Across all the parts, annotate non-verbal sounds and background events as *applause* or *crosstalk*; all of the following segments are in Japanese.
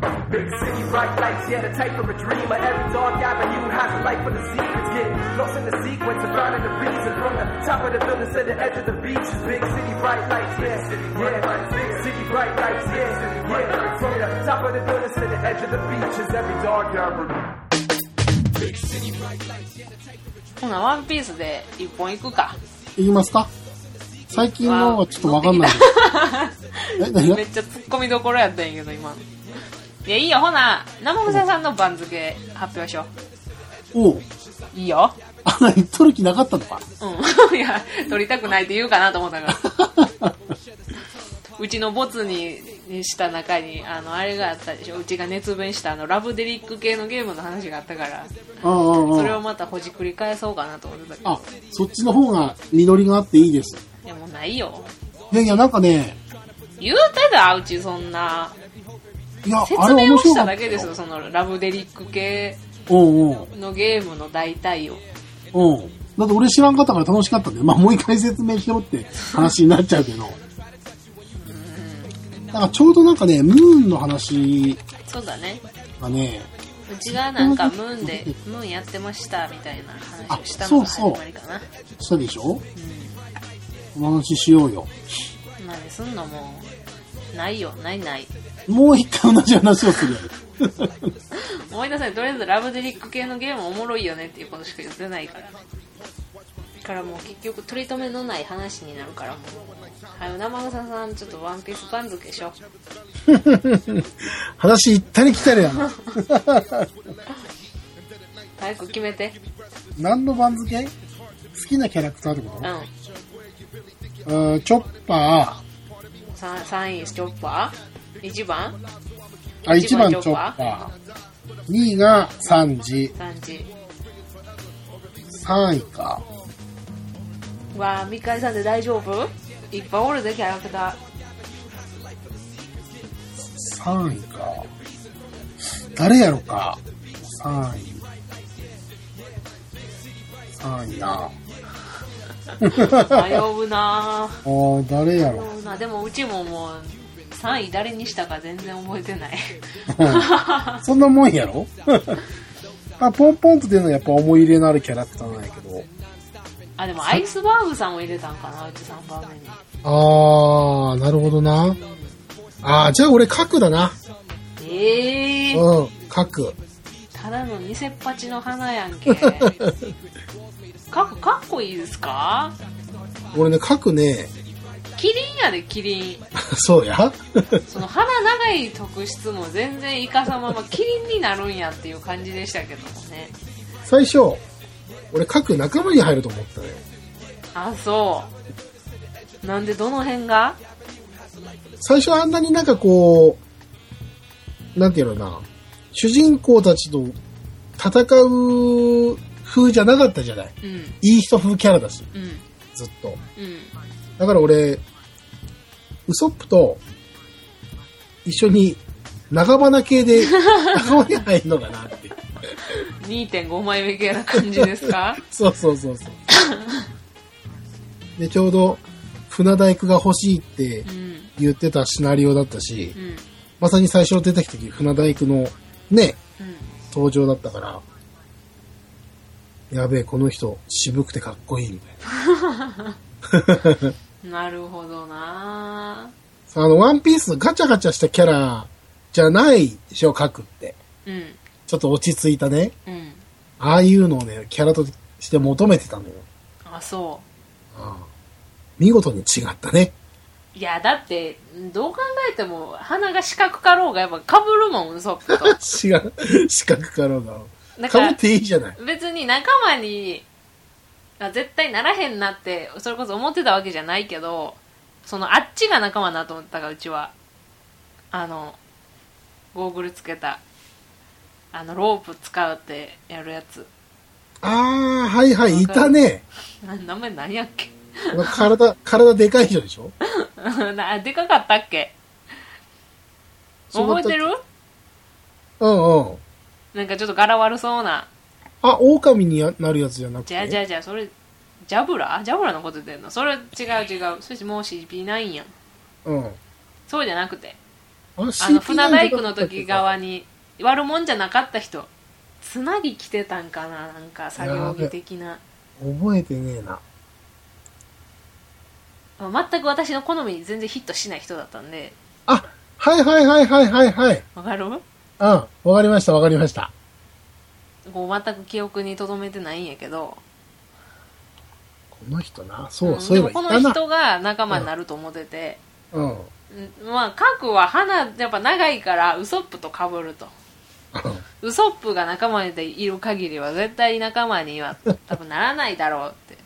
Big city, bright lights, yeah, the type of a dreamer. Every dark avenue has a light for the secrets. Get lost in the sequence of finding the reason. From the top of the building to the edge of the beach. Big city, bright lights, yeah, yeah. Big city, bright lights, yeah, yeah. From the top of the building to the edge of the beach is every dark avenue. ほな、ワンピースで一本いくか。言いますか最近のはちょっとわかん *laughs* ないです。え、何がめっちゃ突っ込みどころやったんやけど、今。いや、いいよ、ほな、生武者さんの番付発表しよおう。う。いいよ。あ、何取る気なかった *laughs* のかうん。いや、取りたくないって言うかなと思ったから。うちのボツににした中に、あの、あれがあったでしょ。うちが熱弁した、あの、ラブデリック系のゲームの話があったから、うんうんうそれん。をまたほじくり返そうかなと思ってたけど。あ、そっちの方が実りがあっていいです。いや、もうないよ。いやいや、なんかね、言うてた、うちそんな。いや、あ説れ明面をし白かたっただけでよすよ、その、ラブデリック系うんうん。のゲームの大体を。うん。だって俺知らんかったから楽しかったんで、まあもう一回説明しろって話になっちゃうけど。なんかちょうどなんかね、ムーンの話そうだね。がね、うちがなんかムーンで、ムーンやってましたみたいな話をしたのが始まりかな。したでしょお話ししようよ。うん。何すんのもう、ないよ、ないない。もう一回同じ話をするよ。思い出せない、とりあえずラブデリック系のゲームおもろいよねっていうことしか言ってないから。だからもう結局取り留めのない話になるからもう。はい、生草さん、ちょっとワンピース番付しょ。話行ったり来たりやな。早く決めて。何の番付好きなキャラクターってこうん。とうん、チョッパ 3, 3位チョッパー1番ー、あ、1番チョッパー、2位がサンジ、 3時3位か。わあ未開さんで大丈夫いっぱいおるぜキャラクタ3位か。誰やろか。3位。3位な。ー迷うなあー誰やぁろ。迷うなでもうちももう3位誰にしたか全然覚えてないそんなもんやろ *laughs* あ、ポンポンと出るのはやっぱ思い入れのあるキャラクターなんやけど。あでもアイスバーグさんを入れたんかなうち3番目にあー、なるほどな。あー、じゃあ俺角だな。ええー、うん、角。ただの偽っ端の花や *laughs* んけかっかっこいいですか俺ね、角ね、 *laughs* キリンやでキリンそうや。その鼻長い特質も全然イカさままキリンになるんやっていう感じでしたけどもね最初、俺角仲間に入ると思ったのよ。あそうなんでどの辺が最初あんなになんかこう、なんていうのかな、主人公たちと戦う風じゃなかったじゃない。うんいい人風キャラだし、うんずっと。うんだから俺、ウソップと一緒に長花系で仲間に入るのかなって。 2.5枚目系な感じです *laughs* かそうそうそうそう。で、ちょうど船大工が欲しいってうん言ってたシナリオだったしう、んまさに最初出てきた時、船大工のね、うん登場だったから、やべえ、この人、渋くてかっこいいみたいな。なるほどなさあの、ワンピースのガチャガチャしたキャラじゃないでしょ、書くって。うんちょっと落ち着いたね。うんああいうのをね、キャラとして求めてたのよ。あそああ見事に違ったね。ういやだってどう考えても鼻が四角かろうがやっぱかぶるもんウソッ *laughs* プと違う、四角かろうが。だかかぶらっていいじゃない。別に仲間にあ絶対ならへんなってそれこそ思ってたわけじゃないけどそのあっちが仲間だと思ってたからうちはあのゴーグルつけたあのロープ使うってやるやつああ、はいはい、いたね。な *laughs* 名前何やっけ *laughs* 体、体でかい人でしょなでかかったっけ覚えてるうんうん。なんかちょっと柄悪そうなあ、狼にやなるやつじゃなくて。じゃあじゃあじゃあそれジャブラジャブラのこと言ってんのそれ違う違うそしてもう CP ないんやんうん。そうじゃなくてあれあの CP 船大工のなん時じゃなかっ側に悪もんじゃなかった人つなぎ着てたんかななんか作業着的なたっけ覚えてねえな。全く私の好みに全然ヒットしない人だったんであ、はいはいはいはいはいはい。わかるうん、わかりましたわかりました。こう全く記憶に留めてないんやけどこの人な、そう、んそういでえばもこいたのな。人が仲間になると思ってて、うん。うんうんまあカクは花やっぱ長いからウソップと被るとウソップが仲間でいる限りは絶対に仲間には多分ならないだろうって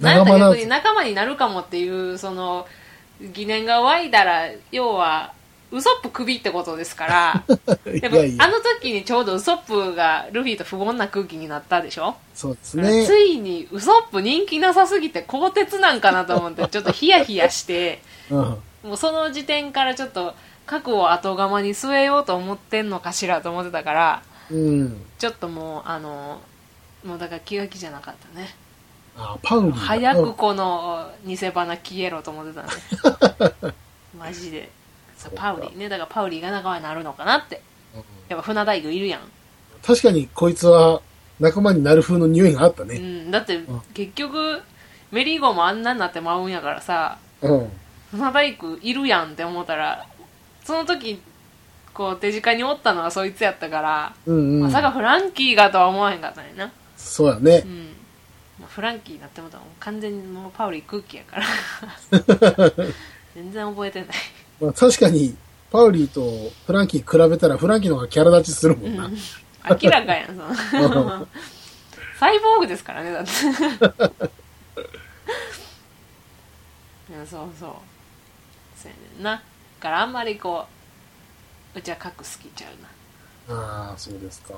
なん仲か間なん逆てに仲間になるかもっていうその疑念が湧いたら要はウソップ首ってことですから *laughs* いでもやいあや、の時にちょうどウソップがルフィと不穏な空気になったでしょ、そうですね。ついにウソップ人気なさすぎて鋼鉄なんかなと思って *laughs* ちょっとヒヤヒヤしてうん。もうその時点からちょっと核を後釜に据えようと思ってんのかしらと思ってたからうん。ちょっともうあのもうだから気が気じゃなかったねあ、パウリーだ。早うくんこの偽花消えろと思ってたね *laughs* マジでそうパウリーねだからパウリーが仲間になるのかなってやっぱ船大工いるやん、確かにこいつは仲間になる風の匂いがあったうね。ん、だってん結局メリーゴーもあんなになってまうんやからさうん。船大工いるやんって思ったらその時こう手近におったのはそいつやったから、うんうまんさ。かフランキーがとは思わへんかったんやなそうやねう。んまあフランキーになってもうたらもう完全にもうパウリー空気やから *laughs* 全然覚えてないまあ、確かに、パウリーとフランキー比べたらフランキーの方がキャラ立ちするもんな。明らかやんその *laughs* サイボーグですからねだってうんそうそうそうやねんなだからあんまりこううちは核好きちゃうなああ、そうですか。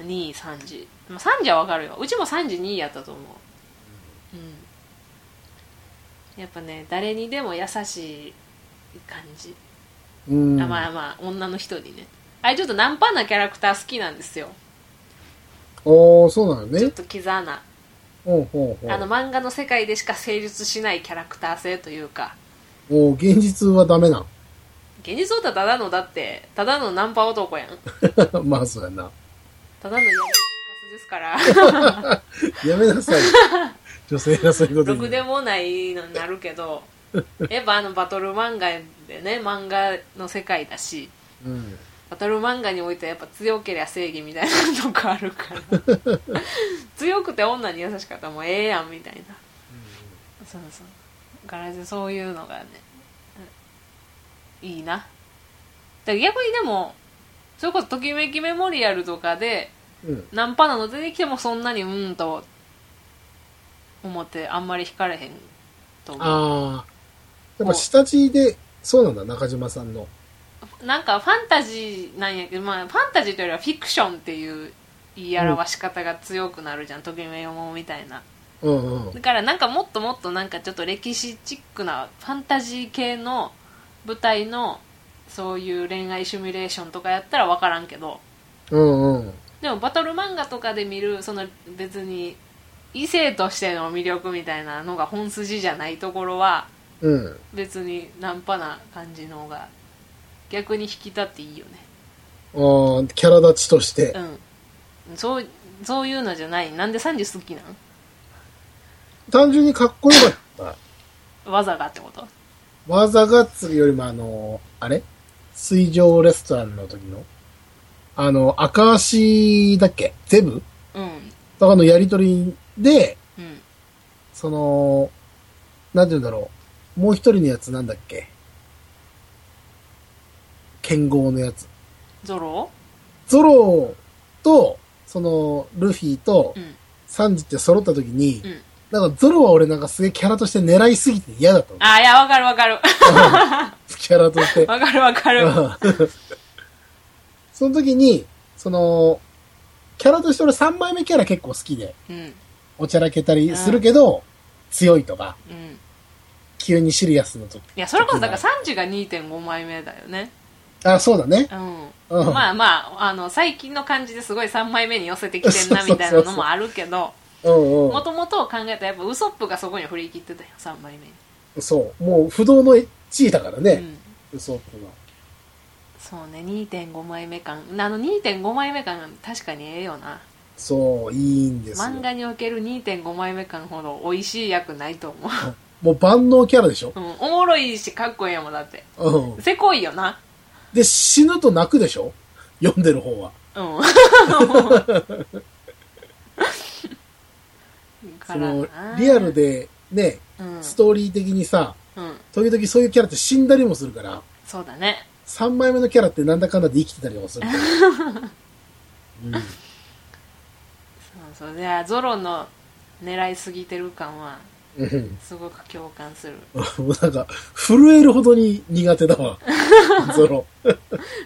2位3時、まあ、3時はわかるようちも3時2位やったと思ううんやっぱね誰にでも優しい感じ、うん。あまあまあ女の人にねあれちょっとナンパなキャラクター好きなんですよおー、そうなのちょっね。とキザーなほうほうほあのう。漫画の世界でしか成立しないキャラクター性というかおー、現実はダメな現実オタただのだってただのナンパ男やんの。 *laughs* まあ、そうやな。ただのヤンカスですからやめな *laughs* さい。女性がそういうことろ言くうでもないのになるけどやっぱあのバトル漫画でね漫画の世界だしうん。バトル漫画においてはやっぱ強けりゃ正義みたいなとこあるから強くて女に優しかったらもうええやんみたいな、そうそうガラスそういうのがねうんいいなだから逆にでもそれこそときめきメモリアルとかでうん。ナンパなの出てきてもそんなにうーんと思ってあんまり惹かれへんと思ああ。やっぱ下地で、そうなんだ、中島さんの。うなんかファンタジーなんやけど、まあ、ファンタジーというよりはフィクションっていう言い表し方が強くなるじゃん、ときめもみたいなうんうんだ。からなんかもっともっとなんかちょっと歴史チックなファンタジー系の舞台のそういう恋愛シミュレーションとかやったら分からんけどうんうん。でもバトル漫画とかで見るその別に異性としての魅力みたいなのが本筋じゃないところはうん。別にナンパな感じの方が逆に引き立っていいよねああ、キャラ立ちとして。うんそうそういうのじゃないなんでサンジ好きなん単純にかっこよかっ技がってことた。技がつよりもあの、あれ水上レストランの時の、あの、赤足だっけゼブうんとかのやりとりで、うんその、なんて言うんだろう。もう一人のやつなんだっけ剣豪のやつ。ゾロゾロと、その、ルフィとう、んサンジって揃った時に、うんなんかゾロは俺なんかすげえキャラとして狙いすぎて嫌だったの。あいやわかるわかる *laughs* キャラとして。わかるわか *laughs* る *laughs* その時に、その、キャラとして俺3枚目キャラ結構好きで、うんうんおちゃらけたりするけど、強いとか、急にシリアスの時。いやそれこそだからサンジが2.5枚目だよねあ、そうだね。うんうん。まあまあ、あの、最近の感じですごい3枚目に寄せてきてんなみたいなのもあるけど、うんうもともと考えたらやっぱウソップがそこに振り切ってたよ、3枚目に。ん。そう。もう不動の地位だからね。うんウソップが。そうね2.5枚目感あの2.5枚目感確かにええよなそう、いいんですよ。漫画における2.5枚目感ほど美味しい役ないと *laughs* 思もう万能キャラでしょう、う、ん、おもろいしかっこいいやもんだってうん、せこいよなで、死ぬと泣くでしょ読んでる方は。うん *laughs* *laughs* からそのな、リアルで、ね、うん、ストーリー的にさ、うん、時々そういうキャラって死んだりもするから、そうだね3枚目のキャラってなんだかんだで生きてたりもするから。うんそうそうじゃあゾロの狙いすぎてる感はうんすごく共感する *laughs* もうなんか、震えるほどに苦手だ *laughs* わ。ゾロ。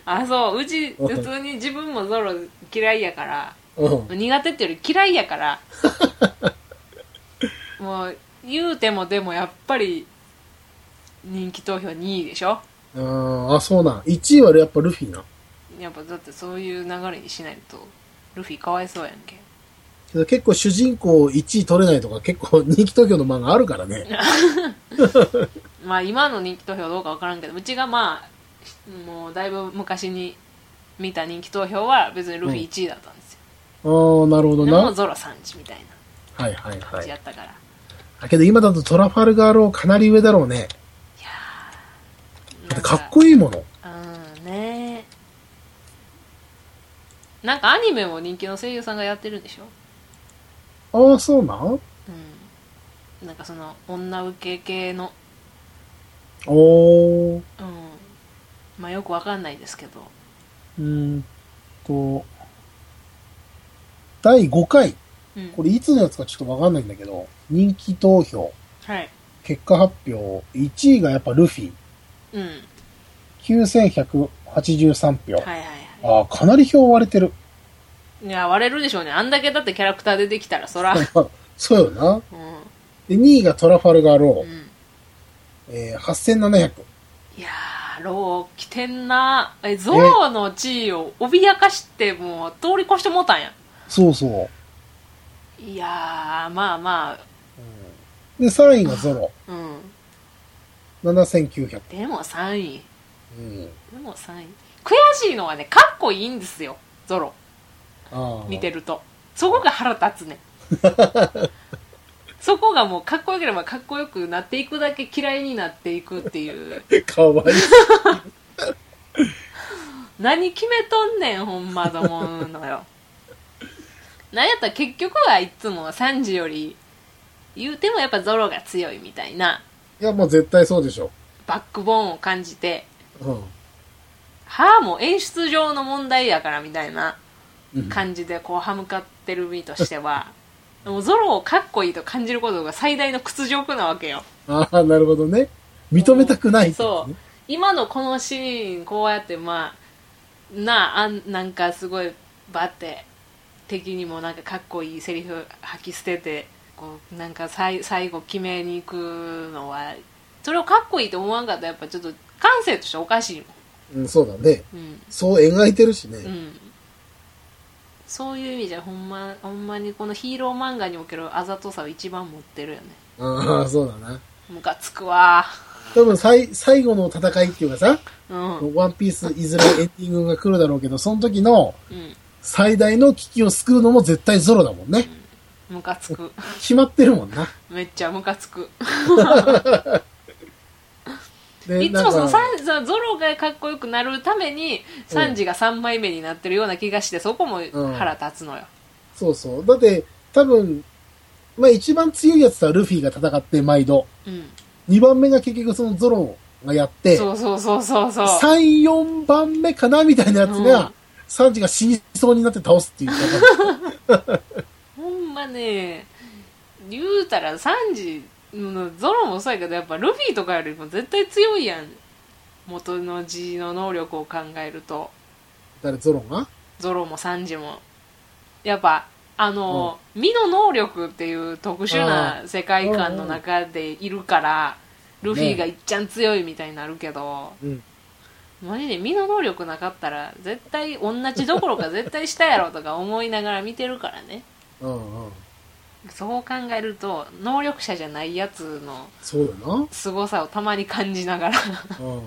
あそう *laughs* うち普通に自分もゾロ嫌いやからうん。苦手っていうより嫌いやから *laughs* もう言うてもでもやっぱり人気投票2位でしょあーあ、そうなん。1位はやっぱルフィな。やっぱだってそういう流れにしないとルフィかわいそうやんけけど結構主人公1位取れないとか結構人気投票の漫画あるか *laughs* らね。まあ今の人気投票どうかわからんけどうちがまあもうだいぶ昔に見た人気投票は別にルフィ1位だったんですよ、ああ、なるほどでな。もはゾロ3時みたいないはいは感いじや。ったから、だけど今だとトラファルガーローかなり上だろうね。だってかっこいいもの。うんねなんかアニメも人気の声優さんがやってるんでしょああ、そうなんうんなんかその女受け系のうおー。んまあよくわかんないですけどうーんと、第5回。うんこれいつのやつかちょっとわかんないんだけど、人気投票、はい結果発表、1位がやっぱルフィ。うん9183票。はいはいはああ、かなり票割れてる。いいや割れるでしょうねあんだけだってキャラクター出てきたらそら *laughs* そうよな。うんで、2位がトラファルガーロうんー、えー、8700。いやー、ロー、来てんなえ、ゾロの地位を脅かして、もう、通り越してもうたんや。そうそう。いやー、まあまで、3位がゾロ、あ、うん。 7900。でも3位。うん。でも3位。悔しいのはね、かっこいいんですよ、ゾロ。ああ。見てると。そこが腹立つねん。 *laughs* そこがもう、かっこよければかっこよくなっていくだけ嫌いになっていくっていう。 *laughs* かわいい。何決めとんねんほんまと思うのよなんやったら結局はいつも3時より言うてもやっぱゾロが強いみたいないや、もう絶対そうでしょ。バックボーンを感じてうん。歯も演出上の問題やからみたいなうん感じでこう歯向かってる身として *laughs* はもうゾロをかっこいいと感じることが最大の屈辱なわけよああ、なるほどね。認めたくない、そう。今のこのシーンこうやってまあなああんなんかすごいバッて敵にもなんかかっこいいセリフ吐き捨ててこうなんかさい最後決めに行くのはそれをかっこいいと思わんかったらやっぱちょっと感性としておかしいもうん、そうだね。んうんそう描いてるしね。うんそういう意味じゃほんまほんまにこのヒーロー漫画におけるあざとさを一番持ってるよねああ、そうだな。ムカつくわ多分さい、最後の戦いっていうかさ、うんうんワンピースいずれエンディングが来るだろうけど、その時のうん最大の危機を救うのも絶対ゾロだもんね。ムカつく決まってるもんな。めっちゃムカつくでいつもそのなんかサンそのゾロがかっこよくなるためにサンジが3枚目になってるような気がしてそこも腹立つのよ、そうそう。だって、多分、まあ一番強いやつとはルフィが戦って、毎度。うん、 2番目が結局そのゾロがやって、そうそうそうそうそう3、4番目かなみたいなやつうんが、サンジが死にそうになって倒すっていう。ほんまね言うたらサンジのゾロもそうやけどやっぱルフィとかよりも絶対強いやん元の字の能力を考えると誰、ゾロがゾロもサンジもやっぱあの、身の能力っていう特殊な世界観の中でいるから、ルフィがいっちゃん強いみたいになるけど、うん。マジで身の能力なかったら絶対同じどころか絶対したやろとか思いながら見てるからねうんうん。そう考えると能力者じゃないやつのそうだな。凄さをたまに感じながら *laughs* うん。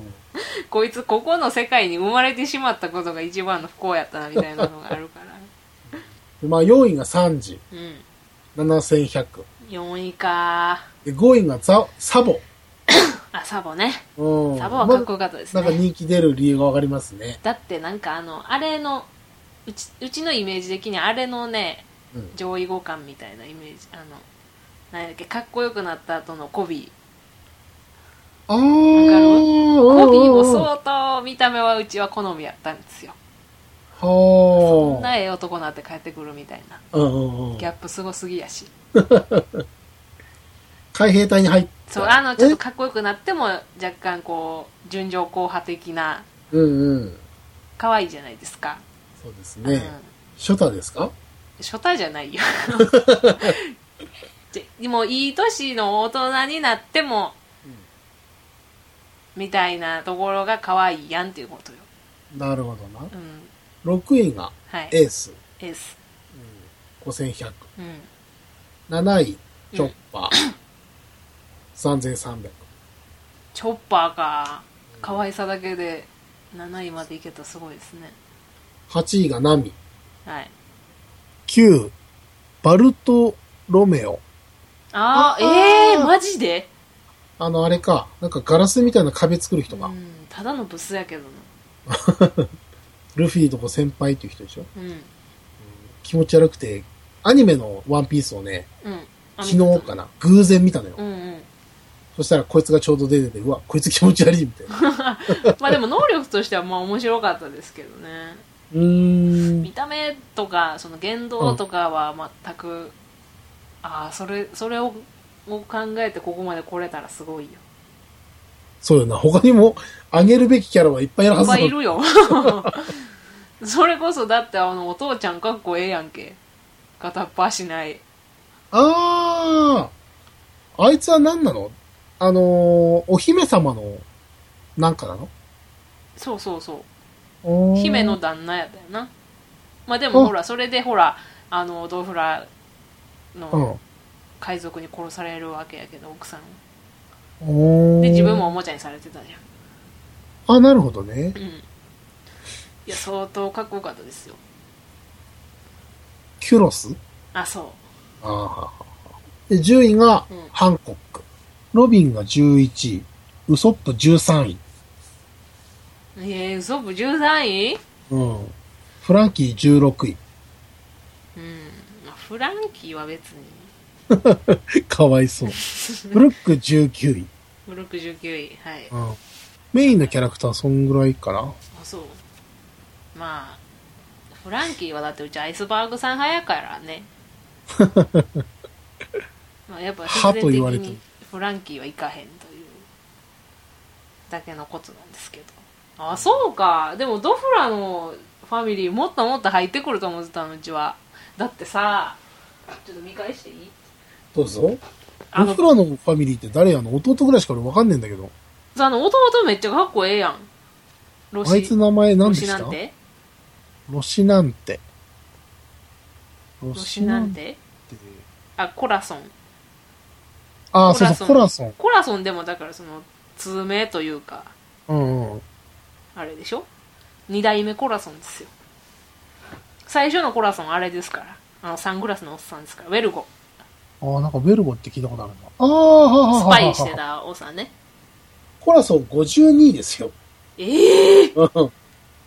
こいつここの世界に生まれてしまったことが一番の不幸やったなみたいなのがあるからまあ、4位が3時、うん7100。 4位かで、5位がザサボ。あサボねうん。サボはかっこよかったですね、まあなんか人気出る理由がわかりますね。だってなんかあのあれのうちうちのイメージ的にあれのねうん。上位互換みたいなイメージあのなんやっけかっこよくなった後のコビああわかるーコビーもは相当見た目はうちは好みやったんですよあ。そこんなええ男になって帰ってくるみたいなうんうんうんギ。ャップすごすぎやし海兵隊に入って。そうあのちょっとねかっこよくなっても若干こう純情硬派的なうんうん。可愛いじゃないですか、そうですうんね。ショタですか初対じゃ *laughs* ないよじゃでもいい年の大人になっても、みたいなところが可愛いやんっていうことよなるほどな。うん6位がはいエースエース5100。うん7位、チョッパー。3300。チョッパーか可愛さだけで7位までいけたらすごいですね8位がナミ。はい9、バルトロメオ。ああーーえー、マジで、あの、あれか。なんかガラスみたいな壁作る人うが。ん、ただのブスやけどなルフィとこ先輩っていう人でしょうん気持ち悪くて、アニメのワンピースをね、うんあ昨日かな。偶然見たのよ。うんうんそしたらこいつがちょうど出てて、うわ、こいつ気持ち悪いみた *laughs* いな。まあでも能力としてはまあ面白かったですけどねうー見ん。た目とかその言動とかは全く、ああそれそれをを考えてここまで来れたらすごいよそうよな。他にも、あげるべきキャラはいっぱいいるいはっずぱだいいる *laughs* よそれこそだってあのお父ちゃんかっこええやんけ片っ端ないあー。あいつは何なのあのー、お姫様の、なんかなのそうそうそうおー姫の旦那やったよなまあでもうんほらそれでほらあのドフラうのん。海賊に殺されるわけやけど奥さんをおーで自分もおもちゃにされてたじゃあ、なるほどんね。うんいや相当かっこよかったですよキュロスあそあーはははで、10位がうん、ハンコック。ロビンが11位。ウソップ13位。うえー、ウソップ13位うん。フランキー16位。 *laughs* うんまあフランキーは別にかわいそう。ブルック19位。 69位はいうん。メインのキャラクターはそんぐらいかな。あそうまあフランキーはだってうちアイスバーグさん派やから *laughs* ねまあやっぱ必派と言わ然れ的てにるフランキーは行かへんというだけのことなんですけどあそうかでもドフラのファミリーもっともっと入ってくると思ってたのうちはだってさちょっと見返していいどうぞ。あの僕らのファミリーって誰やの弟ぐらいしか俺わかんねえんだけど。あの弟めっちゃかっこええやんロシあいつ名前何ロでシしなたんてロシなんて。ロロシなんてあコラソンああ、そうそう、コラソン。コラソンでもだからその通名というかうんうん。あれでしょ二代目コラソンですよ最初のコラソンあれですからあのサングラスのおっさんですからウェルゴああ、なんかベルゴって聞いたことあるな。ああ、ははスはパはイしてたおっさんねコラソン52位ですよ。ええうん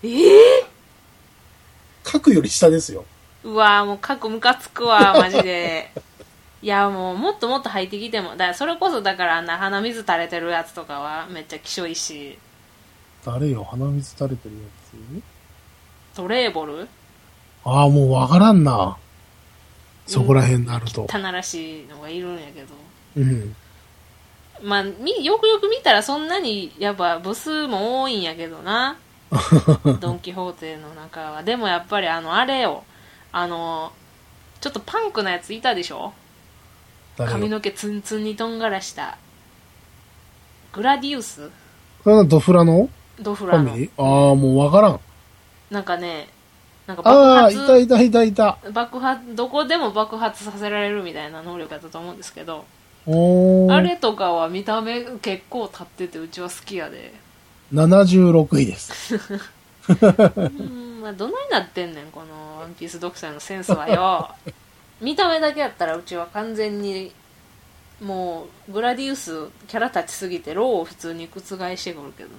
ええ書くより下ですよ。うわーもう過去ムカつくわマジでいやもうもっともっと入ってきてもだからそれこそだからあんな鼻水垂れてるやつとかはめっちゃきしょいし誰よ、鼻水垂れてるやつトレーボルああ、もうわからんな。そこら辺になると。棚らしいのがいるんやけどうん。まあ、みよくよく見たらそんなにやっぱ部数も多いんやけど *laughs* なドン・キホーテの中はでもやっぱりあのあれよあのちょっとパンクなやついたでしょ誰髪よ。の毛ツンツンにとんがらしたグラディウスそれはドフラのドフフラァミのリーああ、もうわからん。なんかねなんか爆ああ、いた発いたいたいた。爆発どこでも爆発させられるみたいな能力だったと思うんですけどおーあれとかは見た目結構立っててうちは好きやで76位です。うんまあどないなってんねんこの「ワンピース独裁のセンスは *laughs* よ見た目だけやったらうちは完全にもうグラディウスキャラ立ちすぎてローを普通に覆してくるけどね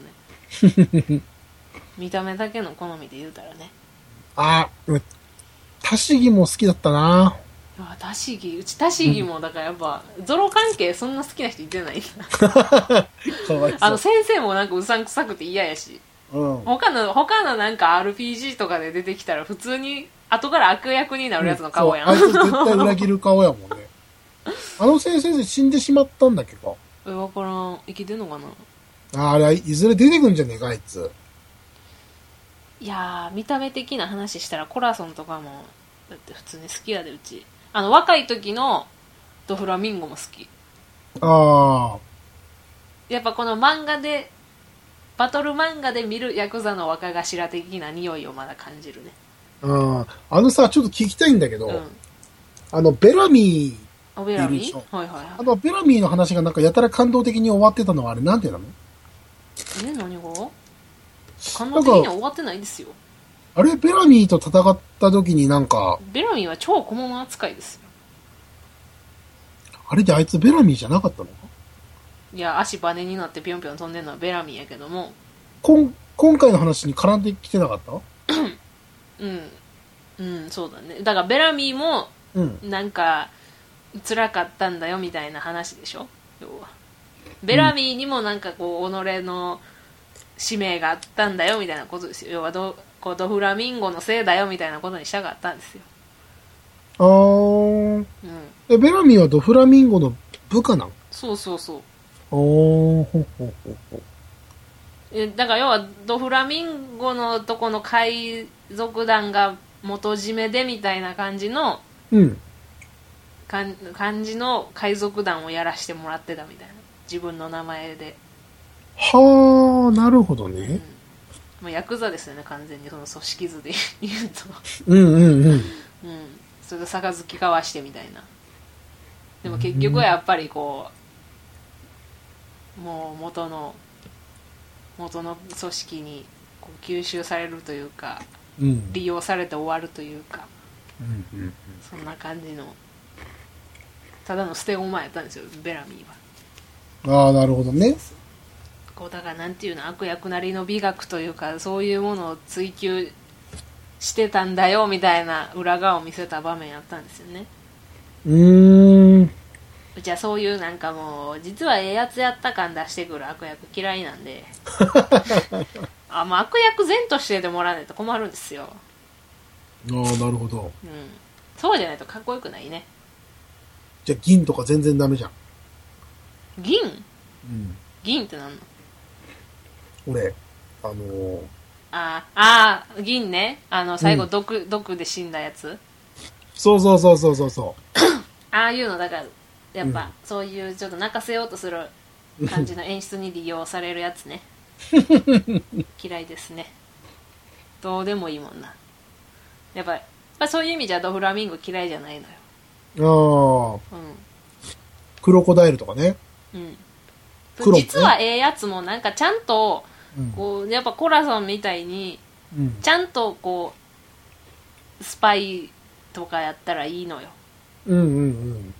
*laughs* 見た目だけの好みで言うたらねあ、うんタシギも好きだったな。うわタシギうちタシギもだからやっぱゾロ関係そんな好きな人いてない *laughs* かわいあの先生もなんかうさんくさくて嫌やしそう。うん。他の他のなんか RPG とかで出てきたら普通に後から悪役になるやつの顔やん、そうあいつ絶対裏切る顔やもん *laughs* ね。あの先生死んでしまったんだけど。えわからん生きてんのかなああれ、いずれ出てくんじゃねえか、あいつ。いやー見た目的な話したらコラソンとかもだって普通に好きやでうちあの若い時のドフラミンゴも好きああ、やっぱこの漫画でバトル漫画で見るヤクザの若頭的な匂いをまだ感じるねうん。あのさ、ちょっと聞きたいんだけど、うんあの、ベラミー、オベラいるでミしょはいはいはあの、ベラミーの話がなんかやたら感動的に終わってたのはあれなんていうのいえ何が感動的には終わってないですよあれ、ベラミーと戦った時になんか、ベラミンは超小物扱いですよあれであいつベラミーじゃなかったのいや足バネになってぴょんぴょん飛んでるのはベラミンやけどもこん、今回の話に絡んできてなかったうんうんそうだねだからベラミーもうん。なんか辛かったんだよみたいな話でしょ要はベラミーにもなんかこう己の使命があったんだよみたいなことですよ要はドこうドフラミンゴのせいだよみたいなことにしたかったんですよ、あー。うん、え、ベラミーはドフラミンゴの部下なんそうそうそうおー、ほほほほ。えだから要はドフラミンゴのとこの海賊団が元締めでみたいな感じのうん。かん感じの海賊団をやらしてもらってたみたいな自分の名前ではー、なるほどね。まあ、ヤクザですよね完全にその組織図で言うとうんうんうん。うんそれで杯交わしてみたいなでも結局はやっぱりこうもう元の元の組織にこう吸収されるというかうん。利用されて終わるというかうんうんそんな感じのただの捨て駒やったんですよベラミーはあー、なるほどね。こうだからなんていうの悪役なりの美学というかそういうものを追求してたんだよみたいな裏側を見せた場面やったんですよねうーん。うちはそういうなんかもう実はええやつやった感出してくる悪役嫌いなん *laughs* であもう悪役善としてでもらわないと困るんですよ、あー、なるほど。うん、そうじゃないとかっこよくないねじゃあ、銀とか全然ダメじゃん。銀うん。銀ってなんの俺、あのー、あーあー銀ねあの最う後ん毒,、毒で死んだやつそうそうそうそうそうそああいうのだからやっぱ、うんそういうちょっと泣かせようとする感じの演出に利用されるやつ *laughs* ね嫌いですねどうでもいいもんなやっぱやっぱそういう意味じゃドフラミンゴ嫌いじゃないのよう。ああ、クロコダイルとかね。うんうん黒もね実はええやつもなんかちゃんとうん。こうやっぱコラソンみたいにうんちゃんとこうスパイとかやったらいいのようんうん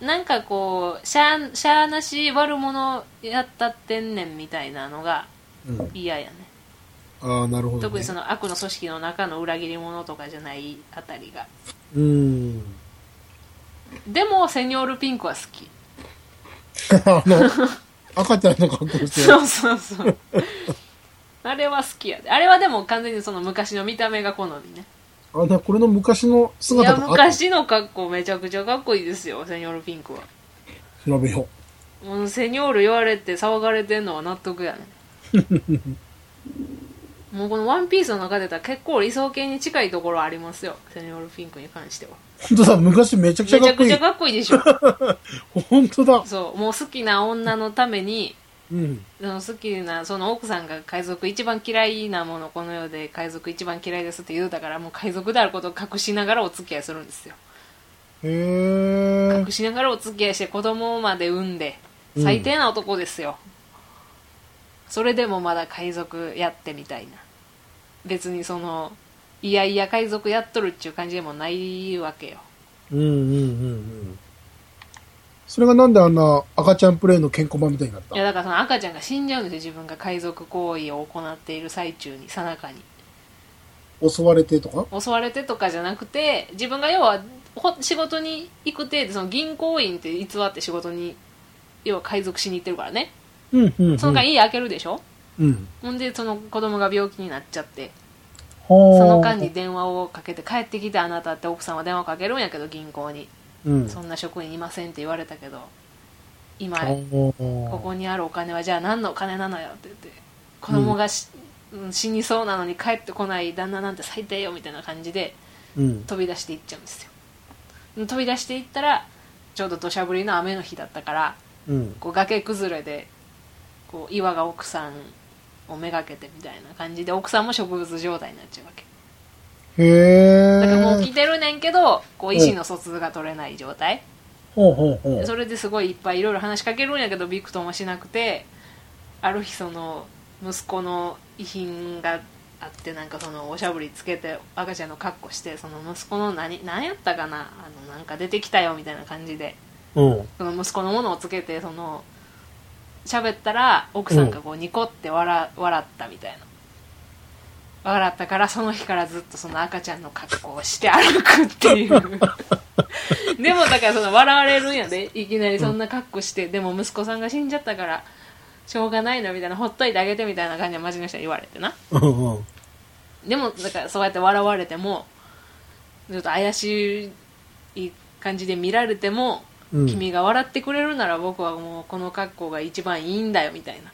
なんかこうしゃあしゃあなし悪者やったってんねんみたいなのがうん。うん、嫌やねああ、なるほど、ね。特にその悪の組織の中の裏切り者とかじゃないあたりがうん。でもセニョールピンクは好きあの、赤ちゃんの格好してる。そうそうそうあれは好きやであれはでも完全にその昔の見た目が好みねあ、な、これの昔のい姿やとかあった昔の格好めちゃくちゃかっこいいですよセニョールピンクは調べよもうセニョール言われて騒がれてんのは納得やね *laughs* もうこの「ワンピースの中でたら結構理想形に近いところありますよセニョールピンクに関してはう。本当だ、昔めちゃくちゃめかちっゃこくいちいゃ。かっこいい *laughs* でしょ本当だ。そうもう好きな女のためにうん。その好きなその奥さんが海賊一番嫌いなものこの世で海賊一番嫌いですって言うたからもう海賊であることを隠しながらお付き合いするんですよへえ隠。しながらお付き合いして子供まで産んでうん最低な男ですよ、それでもまだ海賊やってみたいな別にそのいやいや海賊やっとるっちゅう感じでもないわけようんうんうんうん。それがなんであんな赤ちゃんプレイの健康版みたいになったいやだからその赤ちゃんが死んじゃうんですよ自分が海賊行為を行っている最中にさなかに襲われてとか襲われてとかじゃなくて自分が要はほ仕事に行くてその銀行員って偽って仕事に要は海賊しに行ってるからねうんうん、うん。その間家開けるでしょ、うん。ほんでその子供が病気になっちゃってほーその間に。電話をかけて帰ってきてあなたって奥さんは電話かけるんやけど銀行にうん。そんな職員いませんって言われたけど今ほーここにあるお金はじゃあ何のお金なのよって言って子供がし、うん死にそうなのに帰ってこない旦那なんて最低よみたいな感じでうん。飛び出していっちゃうんですよ飛び出していったらちょうど土砂降りの雨の日だったからうん。こう崖崩れでこう岩が奥さんをめがけてみたいな感じで奥さんも植物状態になっちゃうわけへえ。だからもう来てるねんけどこう意思の疎通が取れない状態ほうほうほう。それですごいいっぱいいろいろ話しかけるんやけどビクともしなくてある日その息子の遺品があってなんかそのおしゃぶりつけて赤ちゃんの格好してその息子の何何やったかなあのなんか出てきたよみたいな感じでうん。その息子のものをつけてその喋ったら奥さんがこうニコって笑笑ったみたいな。笑ったからその日からずっとその赤ちゃんの格好をして歩くっていうでもだからその笑われるんやでいきなりそんな格好して、でも息子さんが死んじゃったからしょうがないのみたいなほっといてあげてみたいな感じで街の人に言われてなうんうん。でもだからそうやって笑われてもちょっと怪しい感じで見られても、うん君が笑ってくれるなら僕はもうこの格好が一番いいんだよみたいな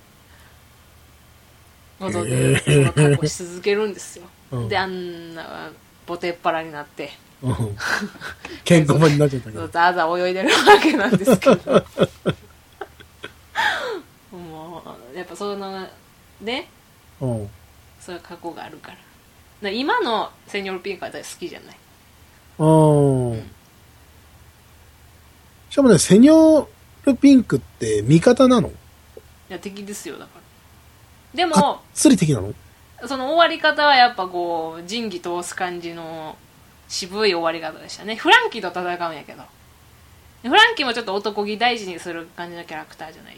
ことへでーその格好し続けるんですよ、うんであんなボテっ腹になって *laughs* うん。健康版になっちゃったけずっど。とあざ泳いでるわけなんですけど *laughs* もうやっぱそのねうん。そういう過去があるからだから今のセニョルピンクは私好きじゃないうん。しかもね、セニョールピンクって味方なのいや敵ですよだからでがっもつり敵なのその終わり方はやっぱこう仁義通す感じの渋い終わり方でしたねフランキーと戦うんやけどフランキーもちょっと男気大事にする感じのキャラクターじゃない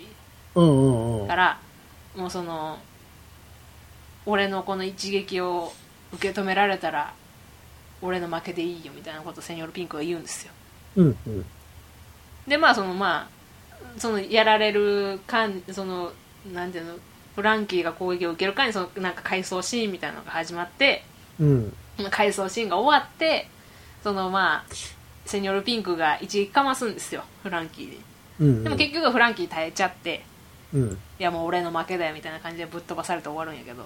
うんうんうんか。らもうその俺のこの一撃を受け止められたら俺の負けでいいよみたいなことをセニョルピンクが言うんですようんうん。でまあそのまあそのやられる間そのなんていうのフランキーが攻撃を受ける間にそのなんか回想シーンみたいなのが始まってうん。回想シーンが終わってそのまあセニョルピンクが一撃かますんですよフランキーにうん。でも結局フランキー耐えちゃってうん。いやもう俺の負けだよみたいな感じでぶっ飛ばされて終わるんやけど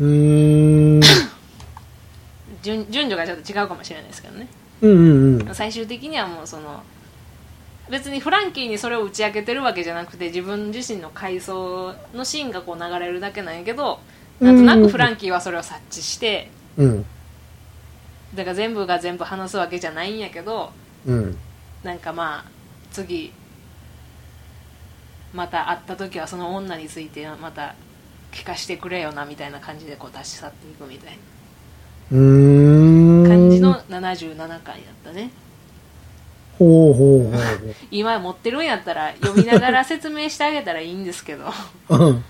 うーん。順順序がちょっと違うかもしれないですけどねうんうんうん。最終的にはもうその別にフランキーにそれを打ち明けてるわけじゃなくて自分自身の回想のシーンがこう流れるだけなんやけどなんとなくフランキーはそれを察知してうん。だから全部が全部話すわけじゃないんやけどうん。なんかまあ次また会った時はその女についてまた聞かしてくれよなみたいな感じでこう出し去っていくみたいなうーん。感じの。77回やったねほうほうほう今持ってるんやったら読みながら説明してあげたらいいんですけど *laughs* ほう。うん。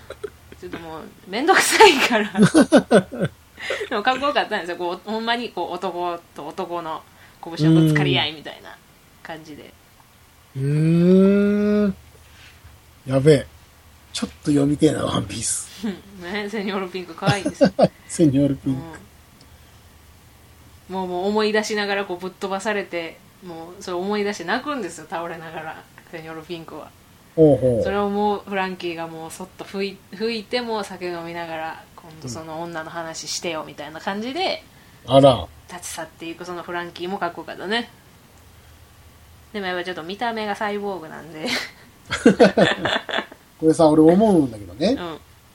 ちょっともう面倒くさいからでもかっこよかったんですよこうほんまにこう男と男の拳のぶつかり合いみたいな感じでうーん。やべえ。ちょっと読みてえな、ワンピース。 *laughs* *laughs* うんねセニョルピンク可愛いですよ、セニョールピうンんもうもう思い出しながらこうぶっ飛ばされてもうそれ思い出して泣くんですよ倒れながらセニョルピンクはほうほそれをもうフランキーがもうそっと吹い吹いてもう酒飲みながら今度その女の話してよみたいな感じでう。あら。立ち去っていくそのフランキーもかっこよかったねでもやっぱちょっと見た目がサイボーグなんでこれさ、俺思うんだけどうね。ん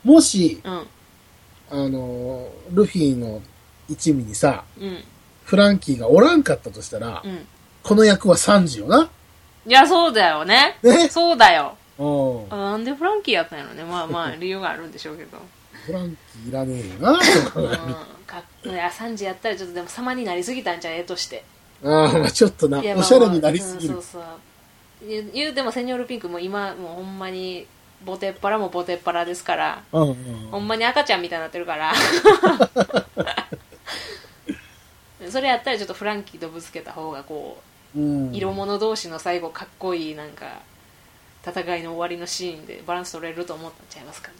もし、うんあのー、ルフィの一味にさ、うんフランキーがおらんかったとしたら、うんこの役はサンジよな。いやそうだよねねそうだようん。あなんでフランキーやったんやろねまあまあ理由があるんでしょうけど、フランキーいらねえよな、と *laughs* うん、か。かっこいいあサンジやったらちょっとでも様になりすぎたんじゃん絵としてああ、まあちょっとな、いやおしゃれになりすぎまあまるあうん。そうそう言う言うてもセニョールピンクも今もうほんまにボテっ腹もボテっ腹ですからうんうん。ほんまに赤ちゃんみたいになってるから *laughs* それやったらちょっとフランキーとぶつけた方がこうんう色物同士の最後かっこいいなんか戦いの終わりのシーンでバランス取れると思ったんちゃいますかね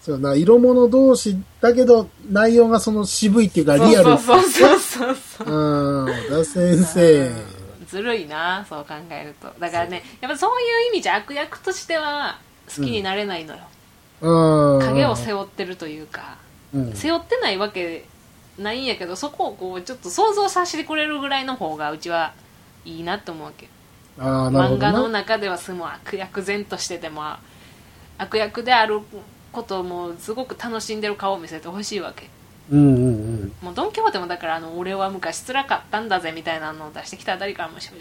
そうな、色物同士だけど、内容がその渋いっていうか、リアル。そうそうそうそうそううん、小田先生。ずるいなそう考えるとだからねやっぱそういう意味じゃ悪役としては好きになれないのよ、うん。影を背負ってるというか、うん。背負ってないわけないんやけどそこをこうちょっと想像させてくれるぐらいの方がうちはいいなと思うわけああ、な漫るほど画のな。中ではすごい悪役然としてても悪役であることもすごく楽しんでる顔を見せてほしいわけうんうんうん。もうドン・キホーテもだからあの俺は昔辛かったんだぜみたいなのを出してきたあたりからもうしょ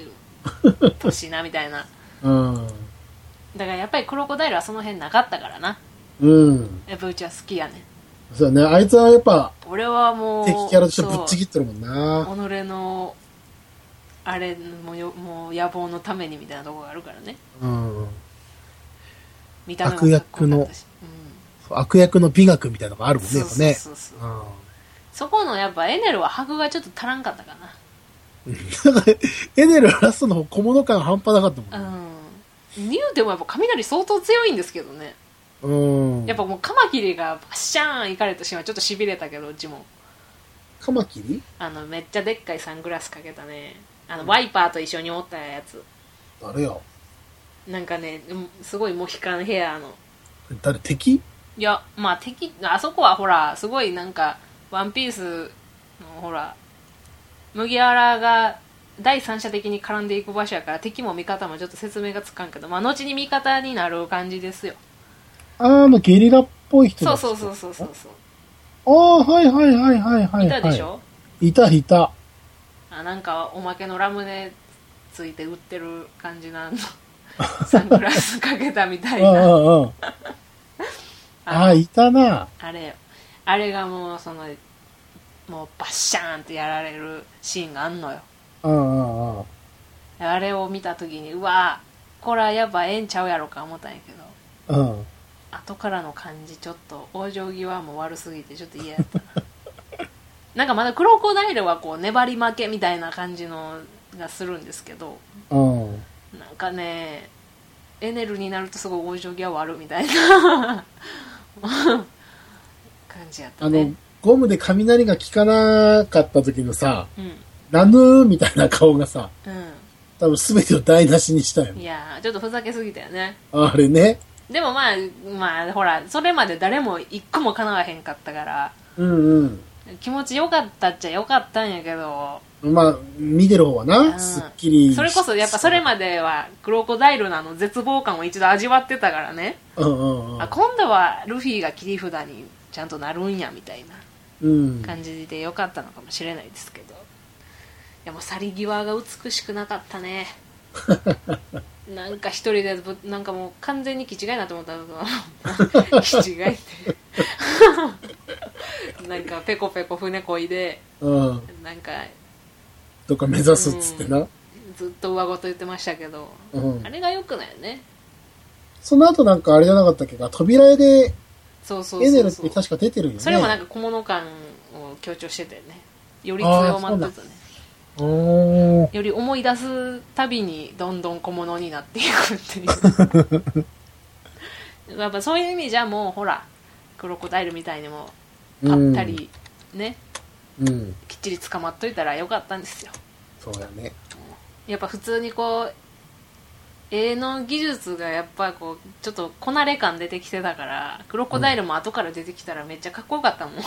*laughs* 年なみたいなうん。だからやっぱりクロコダイルはその辺なかったからなうん。やっぱうちは好きやねそうだね、あいつはやっぱ、俺はもう敵キャラとしてぶっそちうぎってるもんな。己のあれもよもう野望のためにみたいなとこがあるからねうん。見た目もかっこよかったし悪役の美学みたいなのがあるもんうね、ん、やそっうぱそうね。そうそううんそこのやっぱエネルは箔がちょっと足らんかったかなんか、エネルラストの方小物感半端なかったもんね。なうんニューでもやっぱ雷相当強いんですけどねうん。やっぱもうカマキリがバッシャーン行かれたシーンはちょっとしびれたけどうちもカマキリあのめっちゃでっかいサングラスかけたねあのワイパーと一緒におったやつ誰やなんかねうんすごいモヒカンヘアの誰敵いやまあ敵あそこはほらすごいなんかワンピースのほら麦わらが第三者的に絡んでいく場所やから敵も味方もちょっと説明がつかんけどまあ後に味方になる感じですよあー、まあ、ゲリラっぽい人そだうそうそうそうそうそうああ、はいはいはいはいはい。いたでしょ、いたいた。あなんかおまけのラムネついて売ってる感じなのサングラスかけたみたういんうなんうん。ああ、いたな。あれよあれがもうそのもうバッシャーンってやられるシーンがあんのようんうんうん。あれを見た時にうわこれはやっぱええんちゃうやろか思ったんやけどうん。後からの感じちょっと往生際も悪すぎてちょっと嫌やったななんかまだクロコダイルはこう粘り負けみたいな感じのがするんですけどうん。なんかねエネルになるとすごい往生際悪みたいな *laughs* 感じやったあのね、ゴムで雷が効かなかった時のさ、うんラヌーみたいな顔がさ、う多分全てを台無しにしたよんい。やーちょっとふざけすぎたよねあれね。でもまあまあほらそれまで誰も一個も叶わへんかったからうん気持ちよかったっちゃよかったんやけどうん。まあ、見てる方はうな、んすっきり。それこそやっぱそれまではクロコダイルなの絶望感を一度味わってたからね、うんうんうんあ。今度はルフィが切り札にちゃんとなるんやみたいなうん。感じでよかったのかもしれないですけどいやもう去り際が美しくなかった *laughs* ねなんか一人でぶなんかもう完全に気違いなと思 *laughs* ったの気違いって *laughs* なんかペコペコ船こいでうん。なんかとか目指すっつってな。ずっと上ごと言ってましたけど、うんあ。れが良くないよねその後なんかあれじゃなかったっけか、扉絵でそうそうエネそルうっそてう確か出てるよね。それもなんか小物感を強調してたよねより強まってたねおーより思い出すたびにどんどん小物になっていくって *laughs* いうやっぱそういう意味じゃもうほらクロコダイルみたいにもぱったりね、うん。きっちり捕まっといたらよかったんですよそうだね。やっぱ普通にこう絵の技術がやっぱこうちょっとこなれ感出てきてたからクロコダイルも後から出てきたらめっちゃかっこよかったもん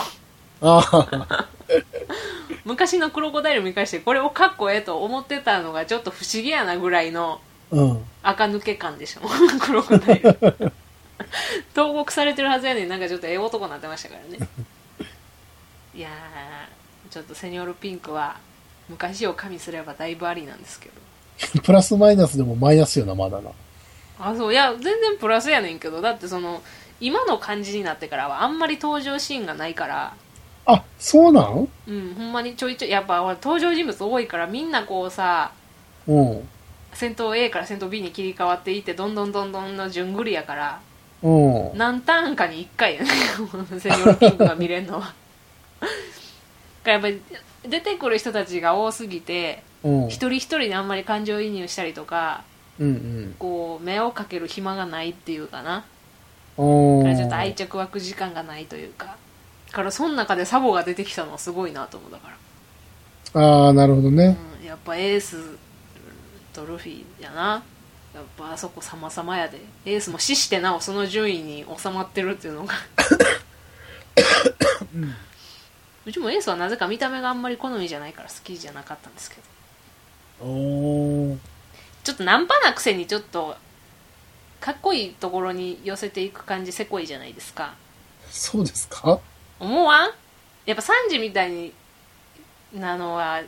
ああ、昔のクロコダイル見返してこれをかっこええと思ってたのがちょっと不思議やなぐらいのうん。垢抜け感でしょクロコダイル投獄されてるはずやねんなんかちょっとええ男になってましたからねいやーちょっとセニョールピンクは昔を加味すればだいぶありなんですけどプラスマイナスでもマイナスよな、まだな。あそういや全然プラスやねんけどだってその今の感じになってからはあんまり登場シーンがないからあ、そうなんうんほんまにちょいちょいやっぱほら登場人物多いからみんなこうさうん。戦闘 A から戦闘 B に切り替わっていってどんどんどんどんの順繰りやからうん。何ターンかに1回やね *laughs* セニョールキングが見れるのは *laughs* だからやっぱり出てくる人たちが多すぎてうん。一人一人であんまり感情移入したりとかうんこう目をかける暇がないっていうかなうん。だからうん。ちょっと愛着湧く時間がないというかだからその中でサボが出てきたのはすごいなと思うだから、ああ、なるほどね。うん、やっぱエースとルフィやなやっぱあそこ様々やでエースも死してなおその順位に収まってるっていうのがうちもエースはなぜか見た目があんまり好みじゃないから好きじゃなかったんですけどおーちょっとナンパなくせにちょっとかっこいいところに寄せていく感じせこいじゃないですかそうですか思わんやっぱサンジみたいになのは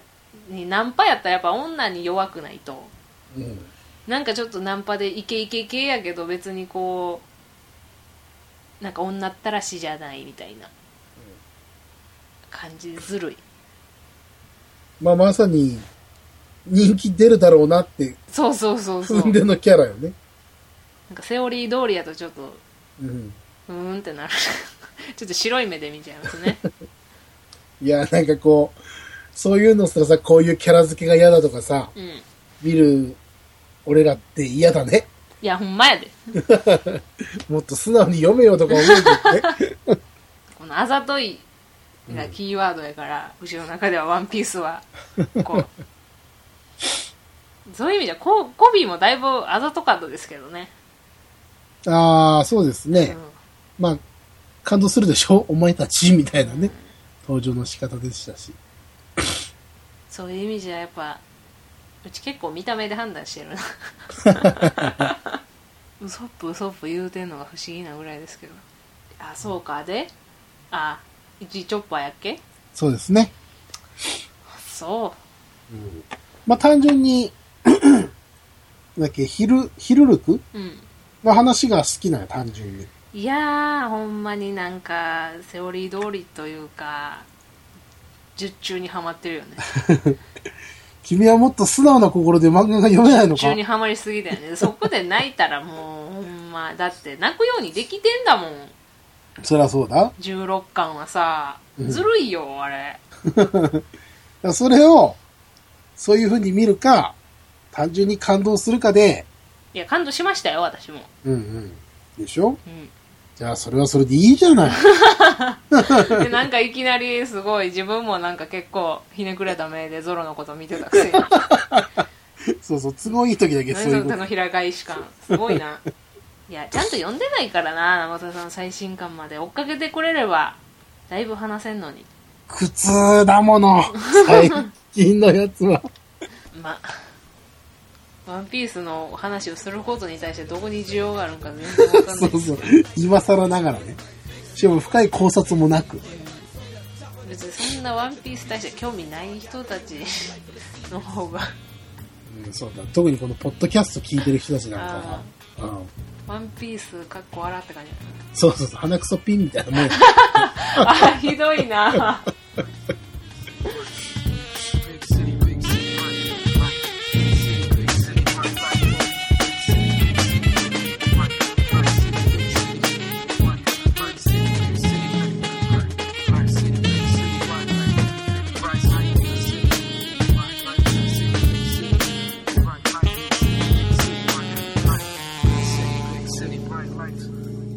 にナンパやったらやっぱ女に弱くないとうん。なんかちょっとナンパでイケイケ系やけど別にこうなんか女ったらしじゃないみたいな感じずるいまあ、まさに、人気出るだろうなってそうそうそうそう踏んでのキャラよね。なんかセオリー通りやとちょっとうん。うーんってなる *laughs* ちょっと白い目で見ちゃいますねいや、なんかこう、そういうのすらさ、こういうキャラ付けが嫌だとかさ、うんい見る俺らって嫌だね。やほんまやでもっと素直に読めよとか思うけ *laughs* どね。このあざといがキーワードやから、うちの中では「ワンピースは *laughs* こうそういう意味じゃココビーもだいぶあざとかったですけどね、ああ、そうですうね。んまあ、感動するでしょお前たちみたいなね、登場の仕方でしたし。そういう意味じゃやっぱうち結構見た目で判断してるな *laughs* ウソップウソップ言うてんのが不思議なぐらいですけどあそうかであ一チョッパーやっけそうですね。そまあ、単純に、 *clears throat* だっけ、ヒル、ヒルルクううんの話が好きなの、単純に。いやーほんまになんかセオリー通りというか術中にはまってる *laughs* よね君はもっと素直な心で漫画が読めないの術中かにはまりすぎだよねそこで泣いたらもうほんまだって泣くようにできてんだもんそりゃそうだ。 16巻はさうんずるいよあれだからそれを、そういう風に見るか、単純に感動するかで、いや感動しましたよ私もうんうん。でしょうんじゃあ、それはそれでいいじゃない。でなんかいきなりすごい自分もなんか結構ひねくれた目でゾロのこと見てたくせにそうそう、都合いい時だけそう何いそうのこ手との。ひら返し感すごい *laughs* ないやちゃんと読んでないからな生田さん最新刊まで追っかけてくれればだいぶ話せんのに苦痛だもの。最近のやつは。まあワンピースの話をすることに対してどこに需要があるのか全然わかんそないでうす *laughs* そう。今更ながらね。しかも深い考察もなく。別にそんなワンピース大して興味ない人たちの方 *laughs* がうん、そうだ。特にこのポッドキャスト聞いてる人たちなんかは。うん。ワンピースかっこ笑って感 *laughs* じそうそうそう。鼻くそピンみたいなもん。あひどいな City, bright lights.